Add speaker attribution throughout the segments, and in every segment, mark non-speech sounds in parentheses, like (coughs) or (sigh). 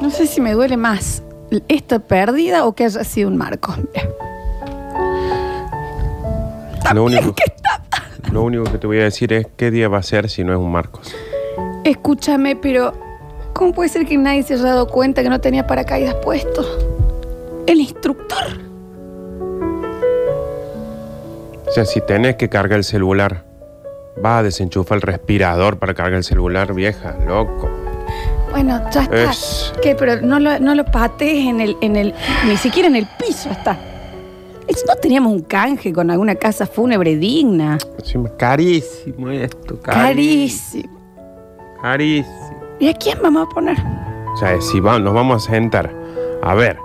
Speaker 1: No sé si me duele más esta pérdida o que haya sido un marco.
Speaker 2: Lo único, lo único que te voy a decir es qué día va a ser si no es un Marcos.
Speaker 1: Escúchame, pero ¿cómo puede ser que nadie se haya dado cuenta que no tenía paracaídas puestos? El instructor.
Speaker 2: O sea, si tenés que cargar el celular, vas a desenchufar el respirador para cargar el celular, vieja, loco.
Speaker 1: Bueno, ya está.
Speaker 2: Es-
Speaker 1: ¿Qué? Pero no lo, no lo patees en el, en el. Ni siquiera en el piso está. Es- No teníamos un canje con alguna casa fúnebre digna.
Speaker 2: Encima, carísimo esto, carísimo.
Speaker 1: Carísimo.
Speaker 2: Carísimo.
Speaker 1: ¿Y a quién vamos a poner?
Speaker 2: O sea, si va- nos vamos a sentar a ver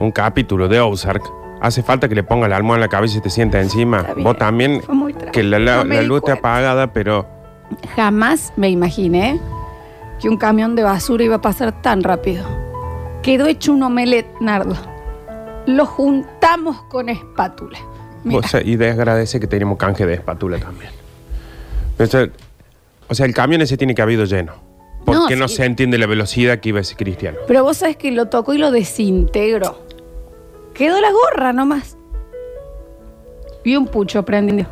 Speaker 2: un capítulo de Ozark, hace falta que le ponga la almohada en la cabeza y te sienta encima.
Speaker 1: Está bien.
Speaker 2: Vos también,
Speaker 1: Fue muy trágico.
Speaker 2: que la, la-
Speaker 1: No me
Speaker 2: la
Speaker 1: di
Speaker 2: luz está
Speaker 1: cuenta.
Speaker 2: apagada, pero
Speaker 1: Jamás me imaginé que un camión de basura iba a pasar tan rápido. Quedó hecho un omelet, Nardo. Lo juntamos con espátula. Mira,
Speaker 2: vos- y desagradece que tenemos canje de espátula también. O sea, o sea, el camión ese tiene que haber ido lleno.
Speaker 1: No,
Speaker 2: Porque no,
Speaker 1: sí.
Speaker 2: se entiende la velocidad que iba ese cristiano.
Speaker 1: Pero vos sabés que lo tocó y lo desintegró. Quedó la gorra nomás. Y un pucho prendido.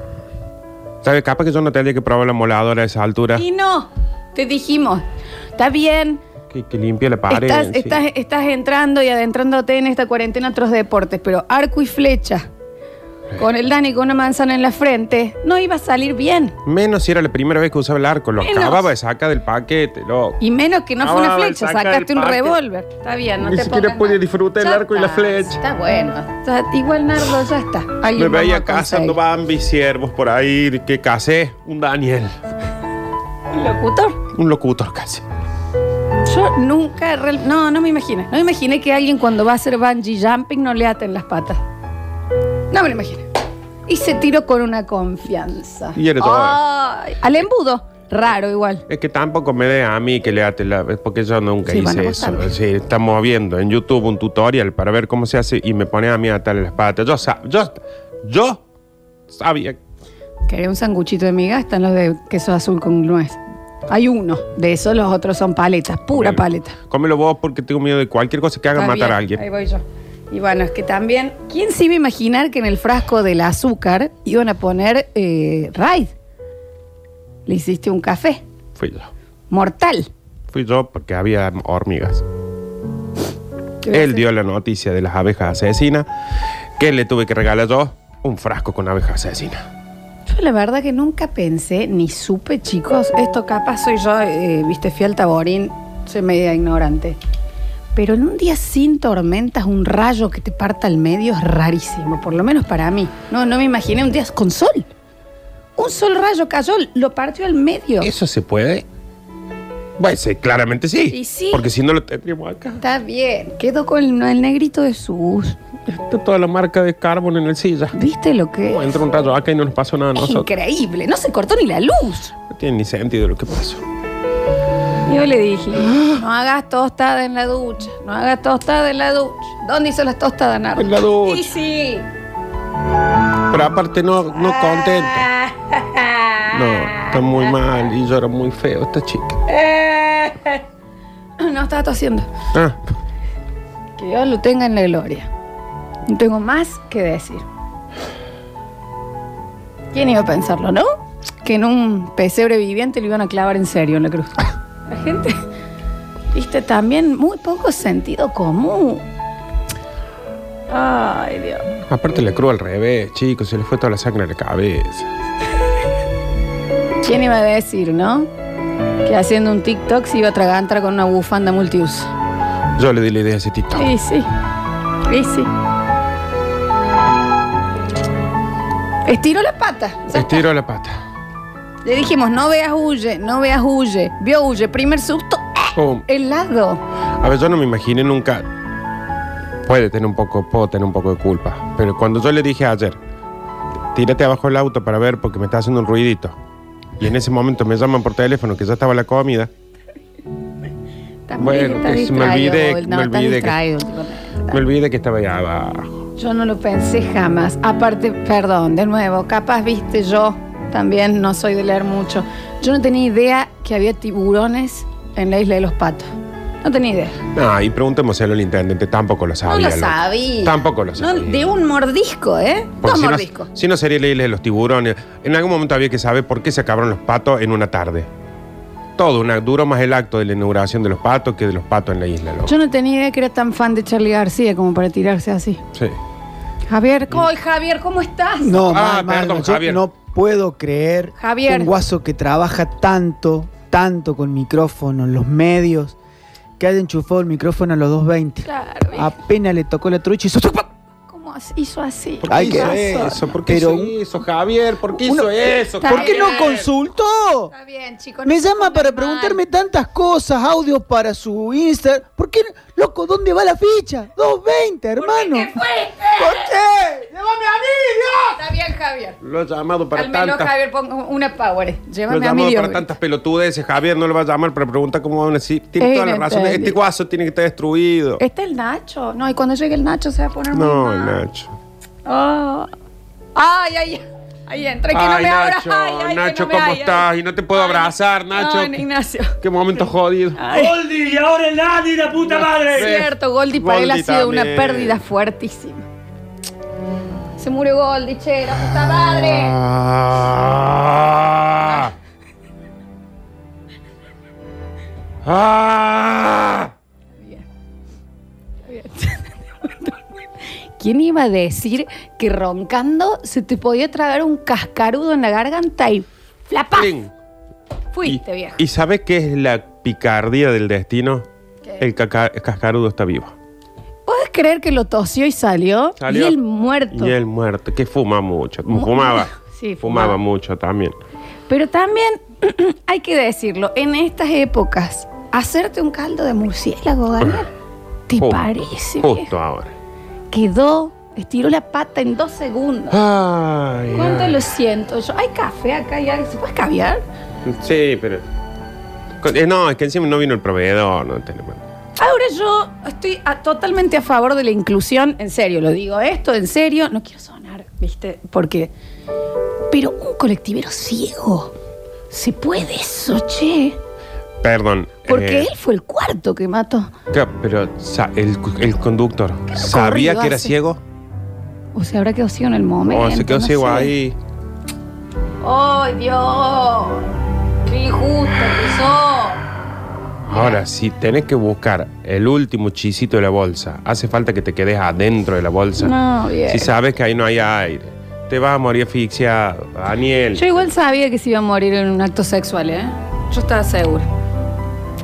Speaker 2: ¿Sabes? Capaz que yo no tendría que probar la moladora a esa altura.
Speaker 1: Y no, te dijimos, está bien,
Speaker 2: Que, que limpie la pared.
Speaker 1: estás,
Speaker 2: sí.
Speaker 1: estás- estás entrando y adentrándote en esta cuarentena a otros deportes, pero arco y flecha, con el Dani con una manzana en la frente, no iba a salir bien.
Speaker 2: Menos si era la primera vez que usaba el arco. Lo
Speaker 1: Menos.
Speaker 2: acababa de sacar del paquete, loco.
Speaker 1: Y menos que no
Speaker 2: Ah,
Speaker 1: fue una
Speaker 2: va,
Speaker 1: flecha,
Speaker 2: saca
Speaker 1: sacaste
Speaker 2: el
Speaker 1: un
Speaker 2: parque.
Speaker 1: revólver. Está bien, no
Speaker 2: Ni
Speaker 1: te
Speaker 2: siquiera
Speaker 1: pongas
Speaker 2: podía
Speaker 1: mal.
Speaker 2: disfrutar el
Speaker 1: Ya
Speaker 2: arco y la
Speaker 1: está,
Speaker 2: flecha.
Speaker 1: Está bueno. Ya- igual Nardo ya está. Alguien
Speaker 2: Me
Speaker 1: vamos
Speaker 2: veía
Speaker 1: a conseguir.
Speaker 2: cazando Bambi, siervos por ahí, de que casé un Daniel,
Speaker 1: Un locutor.
Speaker 2: un locutor casi.
Speaker 1: Yo nunca, real- no, no me imaginé. No me imaginé que alguien cuando va a hacer bungee jumping no le aten las patas. No me lo imaginé. Y se tiró con una confianza.
Speaker 2: Y era todo.
Speaker 1: Ay, al embudo. Raro igual.
Speaker 2: Es que tampoco me dé a mí que le ate la. es Porque yo nunca
Speaker 1: Sí,
Speaker 2: hice
Speaker 1: bueno, vos
Speaker 2: eso.
Speaker 1: también.
Speaker 2: Sí, estamos viendo en YouTube un tutorial para ver cómo se hace y me pone a mí a atarle las patas. Yo, sa- yo, yo sabía.
Speaker 1: ¿Querés un sanguchito de miga? Están los de queso azul con nuez. Hay uno de esos, los otros son paletas, pura
Speaker 2: Comelo.
Speaker 1: paleta.
Speaker 2: Cómelo vos porque tengo miedo de cualquier cosa que haga
Speaker 1: Está
Speaker 2: matar
Speaker 1: bien,
Speaker 2: a alguien.
Speaker 1: Ahí voy yo. Y bueno, es que también, ¿quién se iba a imaginar que en el frasco del azúcar iban a poner eh, Raid? Le hiciste un café.
Speaker 2: Fui yo.
Speaker 1: Mortal.
Speaker 2: Fui yo porque había hormigas.
Speaker 1: ¿Qué voy a
Speaker 2: Él
Speaker 1: hacer?
Speaker 2: dio la noticia de las abejas asesinas. que le tuve que regalar yo? Un frasco con abejas asesinas.
Speaker 1: Yo la verdad que nunca pensé ni supe, chicos. Esto capaz soy yo, eh, viste, fiel taborín, soy media ignorante. Pero en un día sin tormentas, un rayo que te parta al medio es rarísimo, por lo menos para mí. No, no me imaginé un día con sol. Un sol rayo cayó, lo partió al medio.
Speaker 2: ¿Eso se puede? Pues sí, claramente sí.
Speaker 1: Y sí.
Speaker 2: Porque si no lo tendríamos acá.
Speaker 1: Está bien, quedó con el, el negrito de sus.
Speaker 2: Está toda la marca de carbón en el silla.
Speaker 1: ¿Viste lo que
Speaker 2: Como
Speaker 1: es?
Speaker 2: Entra un rayo acá y no nos pasó nada a
Speaker 1: Es
Speaker 2: nosotros.
Speaker 1: increíble, no se cortó ni la luz.
Speaker 2: No tiene ni sentido lo que pasó.
Speaker 1: Yo le
Speaker 2: (gasps)
Speaker 1: dije, no hagas tostada en la ducha, no hagas tostada en la ducha. ¿Dónde hizo las tostadas, Nardo?
Speaker 2: En la ducha.
Speaker 1: Y sí.
Speaker 2: Pero aparte no, no contento.
Speaker 1: (laughs)
Speaker 2: No, está muy mal y llora muy feo esta chica.
Speaker 1: No estaba tosiendo.
Speaker 2: Ah,
Speaker 1: Que Dios lo tenga en la gloria. No tengo más que decir. ¿Quién iba a pensarlo, no? Que en un pesebre viviente lo iban a clavar en serio en la cruz. La gente, viste, también muy poco sentido común. Ay, Dios.
Speaker 2: aparte le cruz al revés, chicos, se le fue toda la sangre a la cabeza.
Speaker 1: ¿Quién iba a decir, no? Que haciendo un TikTok se iba a atragantar con una bufanda multiuso.
Speaker 2: Yo le di la idea a ese TikTok.
Speaker 1: Sí, sí. Sí, sí. Estiró la pata. ya está.
Speaker 2: Estiró la pata.
Speaker 1: Le dijimos, no veas huye, no veas huye. Vio huye, primer susto, ¡ah!
Speaker 2: Pum.
Speaker 1: helado.
Speaker 2: A ver, yo no me imaginé nunca. Puede tener un poco, puedo tener un poco de culpa. Pero cuando yo le dije ayer, tírate abajo del auto para ver porque me está haciendo un ruidito. Y en ese momento me llaman por teléfono que ya estaba la comida.
Speaker 1: También
Speaker 2: Bueno,
Speaker 1: está
Speaker 2: que se me
Speaker 1: distraído,
Speaker 2: olvidé,
Speaker 1: boludo. No,
Speaker 2: me
Speaker 1: está
Speaker 2: olvidé que-
Speaker 1: distraído, tipo,
Speaker 2: Me olvidé que estaba allá abajo.
Speaker 1: Yo no lo pensé jamás. Aparte, perdón, de nuevo, capaz viste yo también, no soy de leer mucho. Yo no tenía idea que había tiburones en la isla de los patos. No tenía idea.
Speaker 2: No, Ah, y preguntémoselo al intendente, tampoco lo
Speaker 1: No
Speaker 2: sabía.
Speaker 1: lo
Speaker 2: loco.
Speaker 1: sabía.
Speaker 2: Tampoco lo
Speaker 1: No,
Speaker 2: sabía.
Speaker 1: de un mordisco, ¿eh?
Speaker 2: Porque
Speaker 1: Dos
Speaker 2: si, no,
Speaker 1: mordiscos.
Speaker 2: si no sería la isla de los tiburones. En algún momento había que saber por qué se acabaron los patos en una tarde. Todo, una, duró más el acto de la inauguración de los patos que de los patos en la isla, loco.
Speaker 1: Yo no tenía idea que era tan fan de Charlie García como para tirarse así.
Speaker 2: Sí. Mm.
Speaker 1: Javier, ¡ay, Javier, ¿cómo estás?
Speaker 3: No,
Speaker 2: Ah,
Speaker 3: mal, mal,
Speaker 2: perdón,
Speaker 3: no. Yo
Speaker 2: Javier.
Speaker 3: no puedo creer
Speaker 1: Javier.
Speaker 3: que un guaso que trabaja tanto, tanto con micrófonos, los medios, que haya enchufado el micrófono a los 2.20.
Speaker 1: Claro, ¿viste?
Speaker 3: Apenas le tocó la trucha y hizo...
Speaker 1: ¿Cómo hizo así?
Speaker 2: ¿Por qué
Speaker 3: Hay
Speaker 2: hizo
Speaker 3: que-
Speaker 2: eso? ¿Por qué
Speaker 3: Pero
Speaker 2: hizo eso, Javier? ¿Por qué hizo
Speaker 3: Uno-
Speaker 2: eso?
Speaker 1: Está
Speaker 3: ¿Por qué no
Speaker 1: bien.
Speaker 3: consultó?
Speaker 1: Está bien, chicos.
Speaker 3: Me llama para preguntarme tantas cosas, audios para su Insta. ¿Por qué? no? Loco, ¿dónde va la ficha? 2.20, hermano.
Speaker 1: ¿Qué fue?
Speaker 3: ¿Por qué? ¡Llévame a mí,
Speaker 1: Está bien, Javier.
Speaker 2: Lo he llamado para
Speaker 1: Calmelo,
Speaker 2: tantas...
Speaker 1: Javier, pon una power.
Speaker 2: Lo he
Speaker 1: Llévame a mi
Speaker 2: llamado
Speaker 1: Dios.
Speaker 2: para tantas pelotudeces. Javier no lo va a llamar para preguntar cómo van a decir. Tiene
Speaker 1: Es
Speaker 2: todas las razones.
Speaker 1: inentendible.
Speaker 2: Este guaso tiene que estar destruido.
Speaker 1: ¿Está el Nacho? No, y cuando llegue el Nacho se va a poner
Speaker 2: No,
Speaker 1: muy mal.
Speaker 2: Nacho.
Speaker 1: Ah. Ay, ay, ay. Ahí entra, que no
Speaker 2: Ay,
Speaker 1: me abra.
Speaker 2: Nacho,
Speaker 1: ay, ay, que
Speaker 2: Nacho,
Speaker 1: no me-
Speaker 2: ¿cómo
Speaker 1: ay, ay.
Speaker 2: estás? Y no te puedo abrazar, Nacho.
Speaker 1: Ay, Ignacio.
Speaker 2: Qué momento jodido.
Speaker 1: Ay,
Speaker 4: Goldi y ahora el Adi, la puta
Speaker 1: es
Speaker 4: madre.
Speaker 1: cierto, Goldi para él ha
Speaker 2: Goldi
Speaker 1: sido una
Speaker 2: también.
Speaker 1: pérdida fuertísima. Se murió Goldi, che, la puta madre.
Speaker 2: Ah. Ah.
Speaker 1: ¿Quién iba a decir que roncando se te podía tragar un cascarudo en la garganta y flapá?
Speaker 2: Bien.
Speaker 1: Fuiste,
Speaker 2: Y-
Speaker 1: viejo.
Speaker 2: ¿Y sabes qué es la picardía del destino?
Speaker 1: ¿Qué?
Speaker 2: El caca- el cascarudo está vivo.
Speaker 1: ¿Puedes creer que lo tosió y salió?
Speaker 2: Salió.
Speaker 1: Y el muerto.
Speaker 2: Y el muerto, que fuma mucho.
Speaker 1: Mu-
Speaker 2: Fumaba.
Speaker 1: (laughs) Sí,
Speaker 2: fumaba.
Speaker 1: fumaba.
Speaker 2: mucho también.
Speaker 1: Pero también (clears throat) hay que decirlo, en estas épocas, hacerte un caldo de murciélago, Daniel, ¿te
Speaker 2: Ju-
Speaker 1: parece? viejo?
Speaker 2: Justo ahora.
Speaker 1: Quedó, estiró la pata en dos segundos.
Speaker 2: Ay,
Speaker 1: ¿Cuánto
Speaker 2: ay.
Speaker 1: lo siento yo? ¿Hay café acá? ¿Y algo? ¿Se puede caviar?
Speaker 2: Sí, pero. Con- eh, no, es que encima no vino el proveedor. No tenemos.
Speaker 1: Ahora yo estoy a- totalmente a favor de la inclusión, en serio, lo digo esto, en serio, no quiero sonar, ¿viste? Porque... Pero un colectivero ciego, ¿se puede eso, che?
Speaker 2: Perdón.
Speaker 1: Porque
Speaker 2: eh,
Speaker 1: él fue el cuarto que mató.
Speaker 2: Claro, Pero sa- el, el conductor
Speaker 1: ¿Qué
Speaker 2: sabía
Speaker 1: recorrido
Speaker 2: que era
Speaker 1: hace?
Speaker 2: ciego
Speaker 1: O sea, habrá quedado ciego en el momento.
Speaker 2: o Oh, se quedó
Speaker 1: no
Speaker 2: ciego
Speaker 1: sé.
Speaker 2: ahí.
Speaker 1: ¡Ay, Dios! ¡Qué injusto que sos!
Speaker 2: Ahora, si tenés que buscar el último chisito de la bolsa, hace falta que te quedes adentro de la bolsa.
Speaker 1: No, bien.
Speaker 2: Si sabes que ahí no hay aire, te vas a morir asfixiado. Daniel.
Speaker 1: Yo igual sabía que se iba a morir en un acto sexual, ¿eh? Yo estaba segura.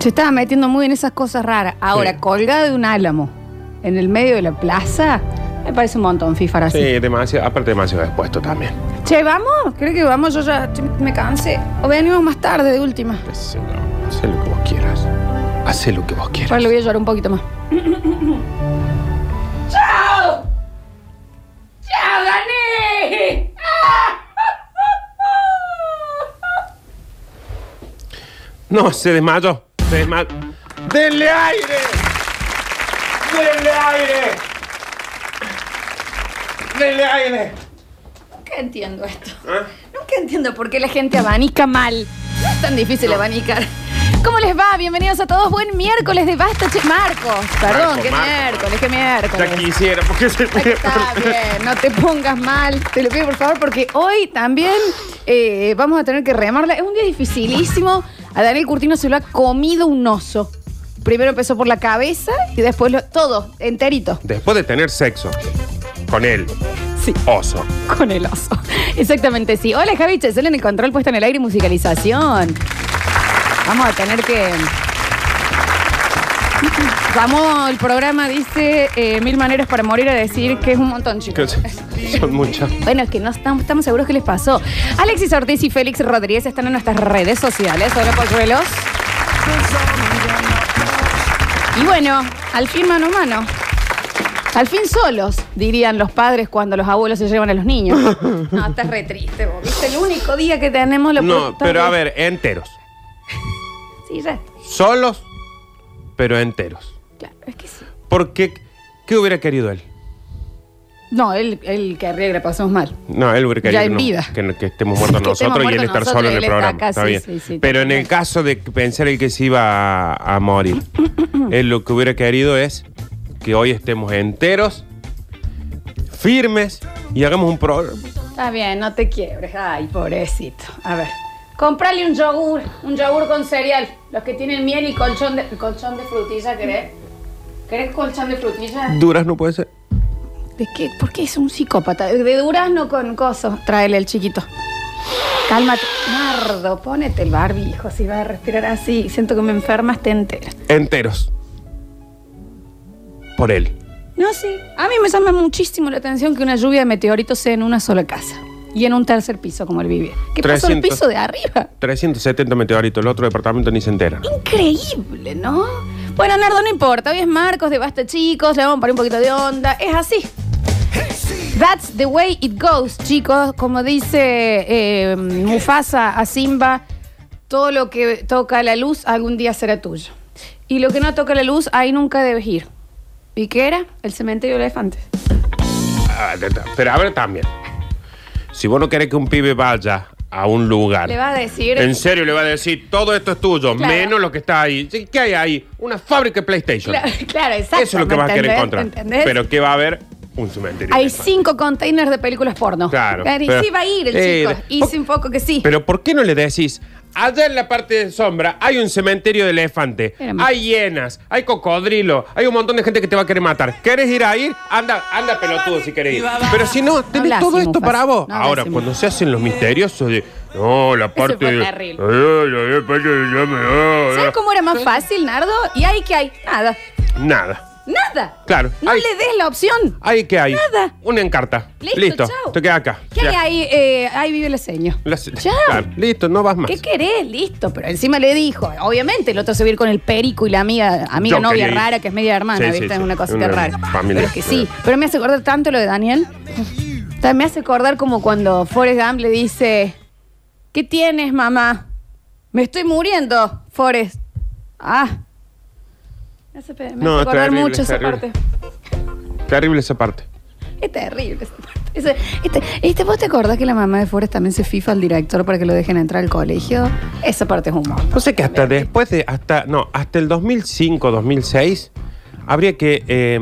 Speaker 1: Se estaba metiendo muy en esas cosas raras. Ahora,
Speaker 2: Sí.
Speaker 1: colgada de un álamo en el medio de la plaza, me parece un montón, FIFA así.
Speaker 2: Sí, demasiado, aparte demasiado expuesto también.
Speaker 1: Che, ¿vamos? ¿Crees que vamos? Yo ya estoy- me cansé. O venimos más tarde, de última.
Speaker 2: Qué sé yo, Hacé lo que vos quieras. Hacé lo que vos quieras.
Speaker 1: Ahora le voy a llorar un poquito más. ¡Chao! ¡Chao, Dani!
Speaker 2: No, se desmayó. Se desmayó. ¡Denle aire! ¡Denle aire! ¡Denle aire! ¿Ah?
Speaker 1: Nunca entiendo esto. Nunca entiendo por qué la gente abanica mal. No es tan difícil abanicar. ¿Cómo les va? Bienvenidos a todos. Buen miércoles de Basta, che. Marcos. Perdón,
Speaker 2: Marco,
Speaker 1: qué
Speaker 2: Marco.
Speaker 1: miércoles, qué miércoles.
Speaker 2: Ya quisiera, porque se
Speaker 1: Ahí (laughs) Está bien, no te pongas mal, te lo pido por favor, porque hoy también eh, vamos a tener que remarla. Es un día dificilísimo. A Daniel Curtino se lo ha comido un oso. Primero empezó por la cabeza y después lo- todo, enterito.
Speaker 2: Después de tener sexo con él,
Speaker 1: Sí,
Speaker 2: oso.
Speaker 1: con el oso. (laughs) Exactamente, sí. Hola, Javi Chesel en el control puesto en el aire y musicalización. Vamos a tener que. Vamos, el programa dice eh, mil maneras para morir a decir que es un montón,
Speaker 2: Que
Speaker 1: chicos.
Speaker 2: se- son muchas.
Speaker 1: Bueno, es que no estamos, estamos seguros que les pasó. Alexis Ortiz y Félix Rodríguez están en nuestras redes sociales. Hola, polluelos. Y bueno, al fin mano a mano. Al fin solos, dirían los padres cuando los abuelos se llevan a los niños.
Speaker 2: (laughs)
Speaker 1: No, estás re triste, vos. ¿Viste? El único día que tenemos lo
Speaker 2: No, pero a ver, enteros.
Speaker 1: Sí, ya.
Speaker 2: Solos, pero enteros.
Speaker 1: Claro, es que sí.
Speaker 2: Porque, ¿qué hubiera querido él?
Speaker 1: No, él, él querría que la pasemos mal.
Speaker 2: No, él hubiera querido
Speaker 1: en
Speaker 2: no-
Speaker 1: vida.
Speaker 2: que, que estemos muertos
Speaker 1: (laughs) Que estemos
Speaker 2: nosotros y él
Speaker 1: muertos
Speaker 2: estar
Speaker 1: nosotros,
Speaker 2: solo en
Speaker 1: él
Speaker 2: el
Speaker 1: está
Speaker 2: programa.
Speaker 1: acá,
Speaker 2: está
Speaker 1: sí,
Speaker 2: bien.
Speaker 1: sí, sí,
Speaker 2: Pero en
Speaker 1: totalmente.
Speaker 2: el caso de pensar el que se iba a,
Speaker 1: (laughs)
Speaker 2: a morir, él lo que hubiera querido es que hoy estemos enteros, firmes y hagamos un programa.
Speaker 1: Está bien, no te quiebres. Ay, pobrecito. A ver. Comprale un yogur, un yogur con cereal. Los que tienen miel y colchón de, colchón de frutilla, ¿querés? ¿Querés colchón de frutilla?
Speaker 2: Duras no puede ser.
Speaker 1: ¿De qué? ¿Por qué es un psicópata? De durazno con coso. Tráele el chiquito. Cálmate. Mardo, ponete el barbijo si vas a respirar así. Siento que me enfermas, te entera.
Speaker 2: Enteros. Por él.
Speaker 1: No sé. A mí me llama muchísimo la atención que una lluvia de meteoritos sea en una sola casa. Y en un tercer piso, como él vivía. ¿Qué pasó en el
Speaker 2: 300.
Speaker 1: piso de arriba?
Speaker 2: 370 meteoritos, el otro departamento ni se entera.
Speaker 1: Increíble, ¿no? Bueno, Nardo, no importa. Hoy es Marcos de Basta Chicos. Le vamos a poner un poquito de onda. Es así. That's the way it goes, chicos. Como dice eh, Mufasa a Simba, todo lo que toca la luz algún día será tuyo. Y lo que no toca la luz, ahí nunca debes ir. ¿Y qué era? El cementerio de elefantes.
Speaker 2: Ah, de- de- Pero a ver también. Si vos no querés que un pibe vaya a un lugar.
Speaker 1: Le va a decir.
Speaker 2: En serio le va a decir, todo esto es tuyo,
Speaker 1: Claro.
Speaker 2: menos lo que está ahí. Sí, ¿Qué hay ahí? Una fábrica de PlayStation.
Speaker 1: Claro, claro, exacto.
Speaker 2: Eso es lo que
Speaker 1: ¿me
Speaker 2: vas a querer
Speaker 1: entendés?
Speaker 2: encontrar.
Speaker 1: ¿Entendés?
Speaker 2: Pero ¿qué va a haber? Un cementerio.
Speaker 1: Hay
Speaker 2: elefante.
Speaker 1: cinco containers de películas porno.
Speaker 2: Claro.
Speaker 1: Y
Speaker 2: Pero-
Speaker 1: Oh, sí va a ir el
Speaker 2: Eh,
Speaker 1: chico.
Speaker 2: de-
Speaker 1: Hice un poco que sí.
Speaker 2: Pero ¿por qué no le decís? Allá en la parte de sombra hay un cementerio de elefante,
Speaker 1: Espérame.
Speaker 2: hay hienas, hay cocodrilo, hay un montón de gente que te va a querer matar. ¿Querés ir ahí? Anda, anda pelotudo si querés ir. Pero si no, tenés
Speaker 1: hablas
Speaker 2: todo
Speaker 1: así,
Speaker 2: esto
Speaker 1: Mufasa.
Speaker 2: para vos.
Speaker 1: No hablas
Speaker 2: Ahora,
Speaker 1: así,
Speaker 2: cuando
Speaker 1: Mufasa.
Speaker 2: se hacen los misteriosos de... No, la parte
Speaker 1: fue
Speaker 2: de...
Speaker 1: terrible.
Speaker 2: Ay, ay, parte de llame, ay, ay".
Speaker 1: ¿Sabes cómo era más fácil, Nardo? Y ahí que hay nada.
Speaker 2: Nada.
Speaker 1: Nada.
Speaker 2: Claro.
Speaker 1: No
Speaker 2: Ay.
Speaker 1: le des la opción.
Speaker 2: Ahí que hay.
Speaker 1: Nada.
Speaker 2: Una encarta.
Speaker 1: Listo,
Speaker 2: Listo.
Speaker 1: chao.
Speaker 2: Te quedas acá.
Speaker 1: ¿Qué
Speaker 2: Ya.
Speaker 1: hay ahí? Eh, ahí vive el seño.
Speaker 2: La-
Speaker 1: Chao.
Speaker 2: Claro, Listo, no vas más.
Speaker 1: ¿Qué querés? Listo. Pero encima le dijo. Obviamente, el otro se va a ir con el perico y la amiga, amiga
Speaker 2: Yo
Speaker 1: novia
Speaker 2: quería ir.
Speaker 1: rara, que es media hermana,
Speaker 2: Sí,
Speaker 1: ¿viste?
Speaker 2: sí,
Speaker 1: es
Speaker 2: sí.
Speaker 1: una cosita
Speaker 2: Una
Speaker 1: rara.
Speaker 2: familia.
Speaker 1: Pero es que sí. Pero me hace acordar tanto lo de Daniel. O sea, me hace acordar como cuando Forrest Gump le dice: ¿Qué tienes, mamá? Me estoy muriendo, Forrest. Ah. Me hace, me hace
Speaker 2: No, es
Speaker 1: acordar
Speaker 2: terrible,
Speaker 1: mucho
Speaker 2: es
Speaker 1: esa
Speaker 2: terrible.
Speaker 1: parte.
Speaker 2: Terrible esa parte.
Speaker 1: Es terrible esa parte. Ese- este, este, ¿Vos te acordás que la mamá de Forrest también se fifa al director para que lo dejen entrar al colegio? Esa parte es humor.
Speaker 2: No sé que hasta después de. hasta No, hasta el 2005, 2006, habría que eh,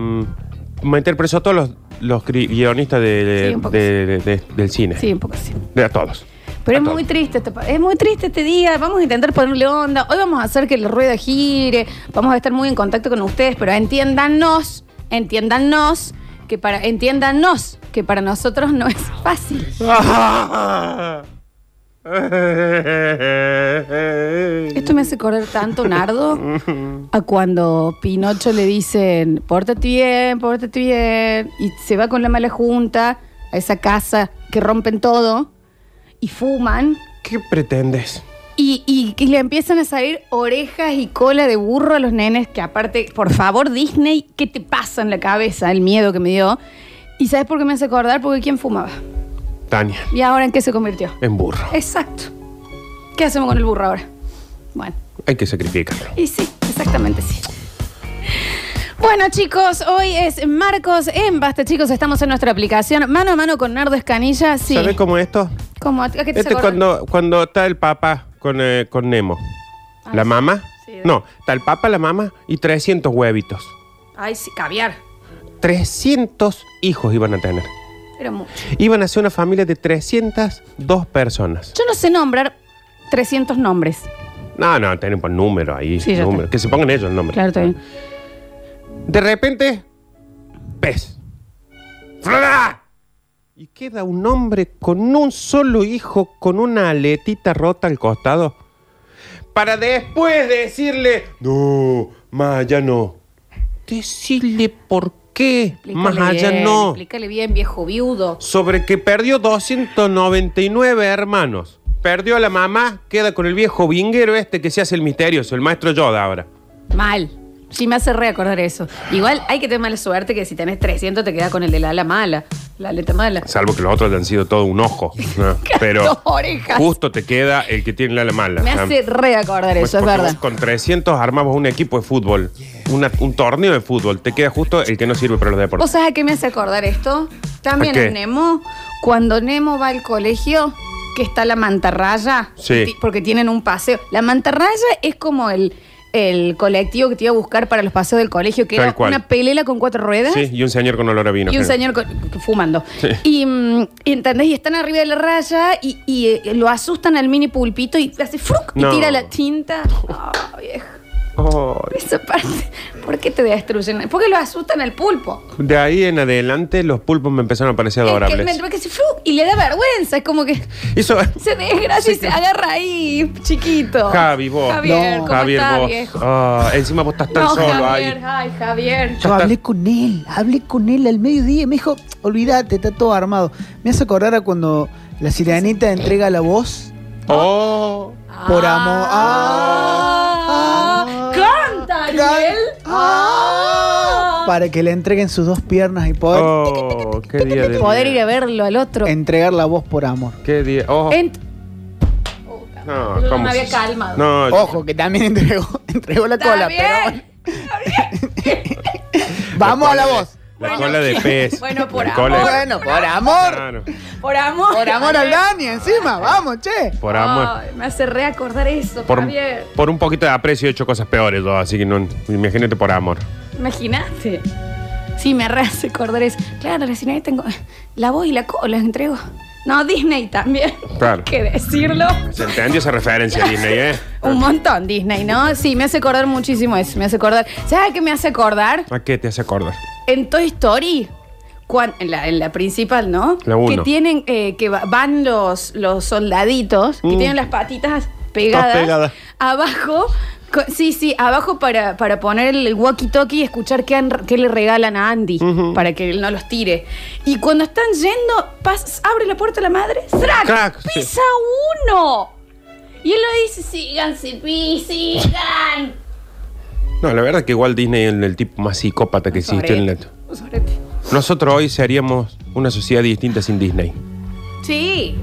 Speaker 2: meter preso a todos los, los gri- guionistas de-
Speaker 1: Sí, un poco
Speaker 2: de- de- del cine.
Speaker 1: Sí, un poco así.
Speaker 2: De a todos.
Speaker 1: Pero
Speaker 2: A
Speaker 1: es
Speaker 2: todos.
Speaker 1: muy triste este, pa- es muy triste este día. Vamos a intentar ponerle onda. Hoy vamos a hacer que la rueda gire. Vamos a estar muy en contacto con ustedes, pero entiéndanos, entiéndanos que para entiéndanos que para nosotros no es fácil. Esto me hace correr tanto, Nardo, a cuando Pinocho le dicen, pórtate bien, pórtate bien, y se va con la mala junta a esa casa que rompen todo y fuman.
Speaker 2: ¿Qué pretendes?
Speaker 1: Y, y- y le empiezan a salir orejas y cola de burro a los nenes, que aparte, por favor, Disney, ¿qué te pasa en la cabeza? El miedo que me dio. ¿Y sabes por qué me hace acordar? Porque ¿quién fumaba?
Speaker 2: Tania,
Speaker 1: ¿Y ahora en qué se convirtió?
Speaker 2: en burro.
Speaker 1: Exacto. ¿Qué hacemos con el burro ahora? Bueno.
Speaker 2: Hay que sacrificarlo.
Speaker 1: Y sí, exactamente sí. Bueno, chicos, hoy es Marcos en Basta, chicos. Estamos en nuestra aplicación mano a mano con Nardo Escanilla. Sí.
Speaker 2: ¿Sabes cómo esto?
Speaker 1: ¿Cómo? ¿A qué te
Speaker 2: Este
Speaker 1: se
Speaker 2: es
Speaker 1: acordó?
Speaker 2: cuando, cuando está el papá con, eh, con Nemo.
Speaker 1: Ah,
Speaker 2: ¿La
Speaker 1: sí.
Speaker 2: mamá?
Speaker 1: Sí, de-
Speaker 2: no, está el papá, la mamá y 300 huevitos.
Speaker 1: Ay, sí, caviar.
Speaker 2: 300 hijos iban a tener.
Speaker 1: Era mucho.
Speaker 2: Iban a ser una familia de 302 personas.
Speaker 1: Yo no sé nombrar 300 nombres.
Speaker 2: No, no, tienen por número ahí.
Speaker 1: Sí, ya
Speaker 2: número.
Speaker 1: está.
Speaker 2: Que se pongan ellos el nombre.
Speaker 1: Claro, está bien.
Speaker 2: De repente, pez. ¡Fra! Y queda un hombre con un solo hijo, con una aletita rota al costado. Para después decirle, no, más allá no. Decirle por qué, más allá no.
Speaker 1: Explícale bien, viejo viudo.
Speaker 2: Sobre que perdió 299 hermanos. Perdió a la mamá, queda con el viejo vinguero este que se hace el misterioso, el maestro Yoda ahora.
Speaker 1: Mal. Sí, me hace reacordar eso. Igual hay que tener mala suerte que si tenés 300 te quedas con el de la ala mala, la aleta mala.
Speaker 2: Salvo que los otros te han sido todo
Speaker 1: (laughs)
Speaker 2: un ojo. ¿no?
Speaker 1: Dos
Speaker 2: Pero
Speaker 1: orejas.
Speaker 2: justo te queda el que tiene la ala mala.
Speaker 1: Me
Speaker 2: ¿no?
Speaker 1: hace reacordar
Speaker 2: Pues
Speaker 1: eso, es
Speaker 2: porque
Speaker 1: verdad.
Speaker 2: vos Con 300 armamos un equipo de fútbol, una- un torneo de fútbol. Te queda justo el que no sirve para los
Speaker 1: ¿Vos
Speaker 2: deportes.
Speaker 1: sabés a qué me hace acordar esto? También
Speaker 2: ¿A qué?
Speaker 1: en Nemo, cuando Nemo va al colegio, que está la mantarraya,
Speaker 2: Sí.
Speaker 1: ti- porque tienen un paseo. La mantarraya es como el, el colectivo que te iba a buscar para los paseos del colegio, que
Speaker 2: Tal
Speaker 1: era
Speaker 2: cual.
Speaker 1: una pelela con cuatro ruedas.
Speaker 2: Sí, y un señor con olor a vino.
Speaker 1: Y un
Speaker 2: creo.
Speaker 1: señor co- fumando.
Speaker 2: Sí.
Speaker 1: Y, mm, y, ¿entendés? Y están arriba de la raya y, y, eh, lo asustan al mini pulpito y hace fruc
Speaker 2: No.
Speaker 1: y tira la
Speaker 2: (laughs)
Speaker 1: tinta. Ah, viejo,
Speaker 2: Oh,
Speaker 1: esa parte. ¿Por qué te destruyen? ¿Por qué lo asustan al pulpo?
Speaker 2: de ahí en adelante los pulpos me empezaron a parecer
Speaker 1: Es que
Speaker 2: adorables.
Speaker 1: me entró que se fru, y le da vergüenza, es como que (laughs)
Speaker 2: Eso-
Speaker 1: se desgracia y se agarra ahí, chiquito.
Speaker 2: Javi, vos.
Speaker 1: Javier,
Speaker 3: No.
Speaker 1: ¿cómo
Speaker 2: Javier,
Speaker 1: estás,
Speaker 2: vos.
Speaker 1: viejo?
Speaker 2: Ah, encima vos estás tan
Speaker 1: no,
Speaker 2: solo
Speaker 1: Javier,
Speaker 2: ahí.
Speaker 1: ay, Javier.
Speaker 3: Yo
Speaker 2: está.
Speaker 3: hablé con él, hablé con él al mediodía y me dijo, olvídate, está todo armado. Me hace acordar a cuando la sirenita entrega la voz
Speaker 2: Oh.
Speaker 3: por amor. Ah,
Speaker 1: Ah, canta, Ariel.
Speaker 3: Ah, para que le entreguen sus dos piernas y poder
Speaker 2: Oh, qué día de
Speaker 1: Poder ir
Speaker 2: mierda.
Speaker 1: a verlo al
Speaker 2: Oh.
Speaker 1: otro.
Speaker 3: entregar la voz por amor.
Speaker 2: Qué día. Oh.
Speaker 1: Ent-
Speaker 2: No,
Speaker 1: Yo no
Speaker 2: ¿cómo
Speaker 1: me
Speaker 2: se-
Speaker 1: había calmado.
Speaker 2: No,
Speaker 3: Ojo, que también (laughs) entregó, entregó la
Speaker 1: Está
Speaker 3: cola,
Speaker 1: bien.
Speaker 3: pero bueno. Vamos a la voz.
Speaker 2: La
Speaker 1: Bueno,
Speaker 2: cola de
Speaker 1: (laughs)
Speaker 2: pez.
Speaker 1: bueno, por
Speaker 2: La cola de-
Speaker 1: amor.
Speaker 3: Bueno, por amor.
Speaker 2: Claro.
Speaker 1: Por amor.
Speaker 3: Por amor al Dani encima, vamos, che.
Speaker 2: Por amor.
Speaker 1: Ay, me hace reacordar eso,
Speaker 2: Por,
Speaker 1: Javier.
Speaker 2: por un poquito de aprecio he hecho cosas peores, yo, así que no, imagínate por amor.
Speaker 1: Imagínate. Sí, me re hace acordar eso. Claro, recién ahí tengo la voz y la cola, las entrego. No, Disney también. (laughs)
Speaker 2: Claro.
Speaker 1: Hay que decirlo.
Speaker 2: ¿Se entendió esa referencia, Disney,
Speaker 1: (laughs)
Speaker 2: eh?
Speaker 1: Un montón Disney, ¿no? Sí, me hace acordar muchísimo eso. Me hace acordar. ¿Sabes qué me hace acordar?
Speaker 2: ¿A qué te hace acordar?
Speaker 1: En Toy Story. cuan- en, la, en la principal, ¿no?
Speaker 2: La uno.
Speaker 1: Que tienen, eh, que va- van los, los soldaditos, que
Speaker 2: Mm.
Speaker 1: tienen las patitas pegadas.
Speaker 2: Todas pegadas.
Speaker 1: Abajo, co- sí, sí, abajo para, para poner el walkie-talkie y escuchar qué, han- qué le regalan a Andy,
Speaker 2: Ujú.
Speaker 1: para que él no los tire. Y cuando están yendo, pas- abre la puerta la madre, ¡zrac!
Speaker 2: Crac, sí.
Speaker 1: ¡Pisa uno! Y él lo dice, sigan, sí, sigan.
Speaker 2: No, la verdad que igual Disney es el, tipo más psicópata que existe en el
Speaker 1: Un sorete.
Speaker 2: Nosotros hoy seríamos una sociedad distinta sin Disney.
Speaker 1: Sí.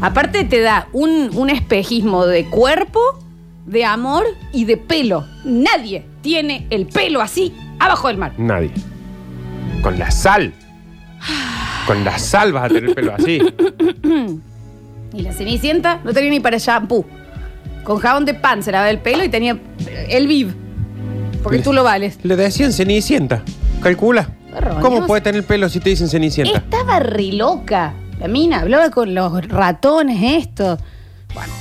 Speaker 1: Aparte te da un, un espejismo de cuerpo, de amor y de pelo. Nadie tiene el pelo así abajo del mar.
Speaker 2: Nadie. Con la sal. Con la sal vas a tener el pelo así.
Speaker 1: Y la cenicienta no tenía ni para shampoo. Con jabón de pan se lavaba el pelo y tenía el viv. Porque tú lo vales.
Speaker 2: Le decían cenicienta. Calcula.
Speaker 1: Erróneos.
Speaker 2: ¿Cómo puede tener pelo si te dicen cenicienta?
Speaker 1: Estaba re loca. La mina hablaba con los ratones, esto. Bueno.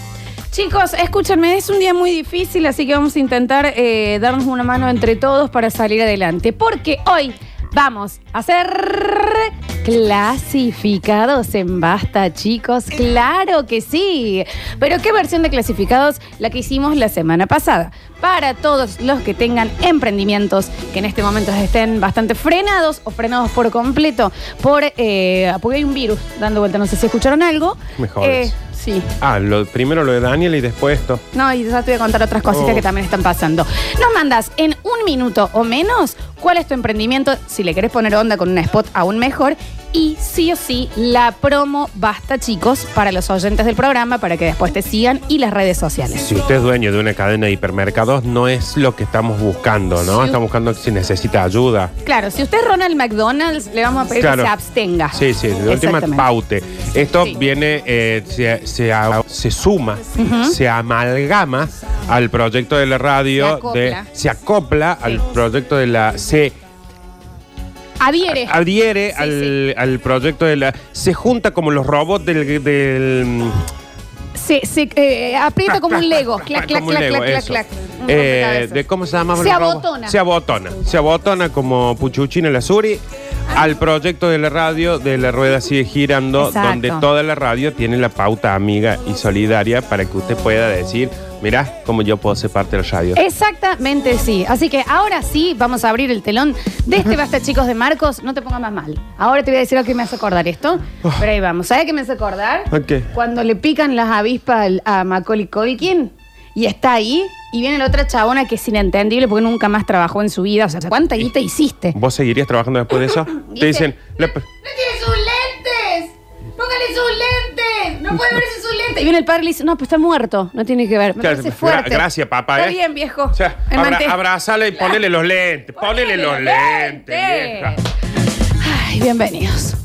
Speaker 1: Chicos, escúchenme, es un día muy difícil, así que vamos a intentar eh, darnos una mano entre todos para salir adelante. Porque hoy vamos a ser clasificados en basta, chicos. Claro que sí. Pero ¿qué versión de clasificados? La que hicimos la semana pasada. Para todos los que tengan emprendimientos que en este momento estén bastante frenados o frenados por completo por eh, porque hay un virus dando vuelta. No sé si escucharon algo.
Speaker 2: Me jodes.
Speaker 1: Eh, sí.
Speaker 2: Ah, lo, primero lo de Daniel y después esto.
Speaker 1: No, y ya te voy a contar otras cositas
Speaker 2: Oh.
Speaker 1: que también están pasando. Nos mandas en un minuto o menos cuál es tu emprendimiento, si le querés poner onda con un spot aún mejor. Y sí o sí, la promo basta, chicos, para los oyentes del programa, para que después te sigan y las redes sociales.
Speaker 2: Si usted es dueño de una cadena de hipermercados, no es lo que estamos buscando, ¿no?
Speaker 1: Sí.
Speaker 2: Estamos buscando si necesita ayuda.
Speaker 1: Claro, si usted es Ronald McDonald's, le vamos a pedir
Speaker 2: Claro.
Speaker 1: que se abstenga.
Speaker 2: Sí, sí, de última
Speaker 1: Ah, Exactamente.
Speaker 2: paute. Esto
Speaker 1: Sí.
Speaker 2: viene, eh, se, se a- se suma, se amalgama al proyecto de la
Speaker 1: Se
Speaker 2: radio,
Speaker 1: acopla.
Speaker 2: de, se acopla al
Speaker 1: Sí.
Speaker 2: proyecto de la. Se
Speaker 1: Adhiere.
Speaker 2: adhiere
Speaker 1: Sí,
Speaker 2: al,
Speaker 1: sí.
Speaker 2: al proyecto de la. Se junta como los robots del. del-
Speaker 1: Se, se, eh, aprieta como un Lego. Clac,
Speaker 2: (laughs)
Speaker 1: clac,
Speaker 2: como un
Speaker 1: clac,
Speaker 2: Lego,
Speaker 1: clac, clac,
Speaker 2: eso.
Speaker 1: clac. Un
Speaker 2: Eh,
Speaker 1: rompecabezas.
Speaker 2: de cómo se llama
Speaker 1: Se abotona.
Speaker 2: se abotona se abotona como Puchuchina la Suri al proyecto de la radio de la rueda sigue girando
Speaker 1: Exacto.
Speaker 2: donde toda la radio tiene la pauta amiga y solidaria para que usted pueda decir mirá cómo yo puedo ser parte de la radio
Speaker 1: Eh. Exactamente sí. Así que ahora sí vamos a abrir el telón de (laughs) este Basta Chicos de Marcos. No te pongas más mal. Ahora te voy a decir lo que me hace acordar esto. Pero ahí vamos. ¿Sabes qué me hace acordar?
Speaker 2: ¿A qué?
Speaker 1: Cuando le pican las avispas al- a Macaulay Culkin y está ahí y viene la otra chabona que es inentendible porque nunca más trabajó en su vida. O sea, ¿cuánta guita hiciste?
Speaker 2: ¿Vos seguirías trabajando después
Speaker 1: (coughs)
Speaker 2: de eso?
Speaker 1: Dice,
Speaker 2: Te dicen,
Speaker 1: eh,
Speaker 2: la pe-
Speaker 1: ¡No tiene sus lentes! ¡Póngale sus lentes! ¡No puede verse sus lentes! Y viene el padre y le dice, no, pues está muerto, no tiene que ver. Me
Speaker 2: Claro,
Speaker 1: parece
Speaker 2: gra-
Speaker 1: fuerte.
Speaker 2: gracias, papá.
Speaker 1: Está
Speaker 2: eh.
Speaker 1: bien, viejo.
Speaker 2: O sea,
Speaker 1: El
Speaker 2: abra-
Speaker 1: mantel.
Speaker 2: abrazale y ponele los lentes. Ponele los lentes,
Speaker 1: lentes.
Speaker 2: vieja.
Speaker 1: Ay, bienvenidos.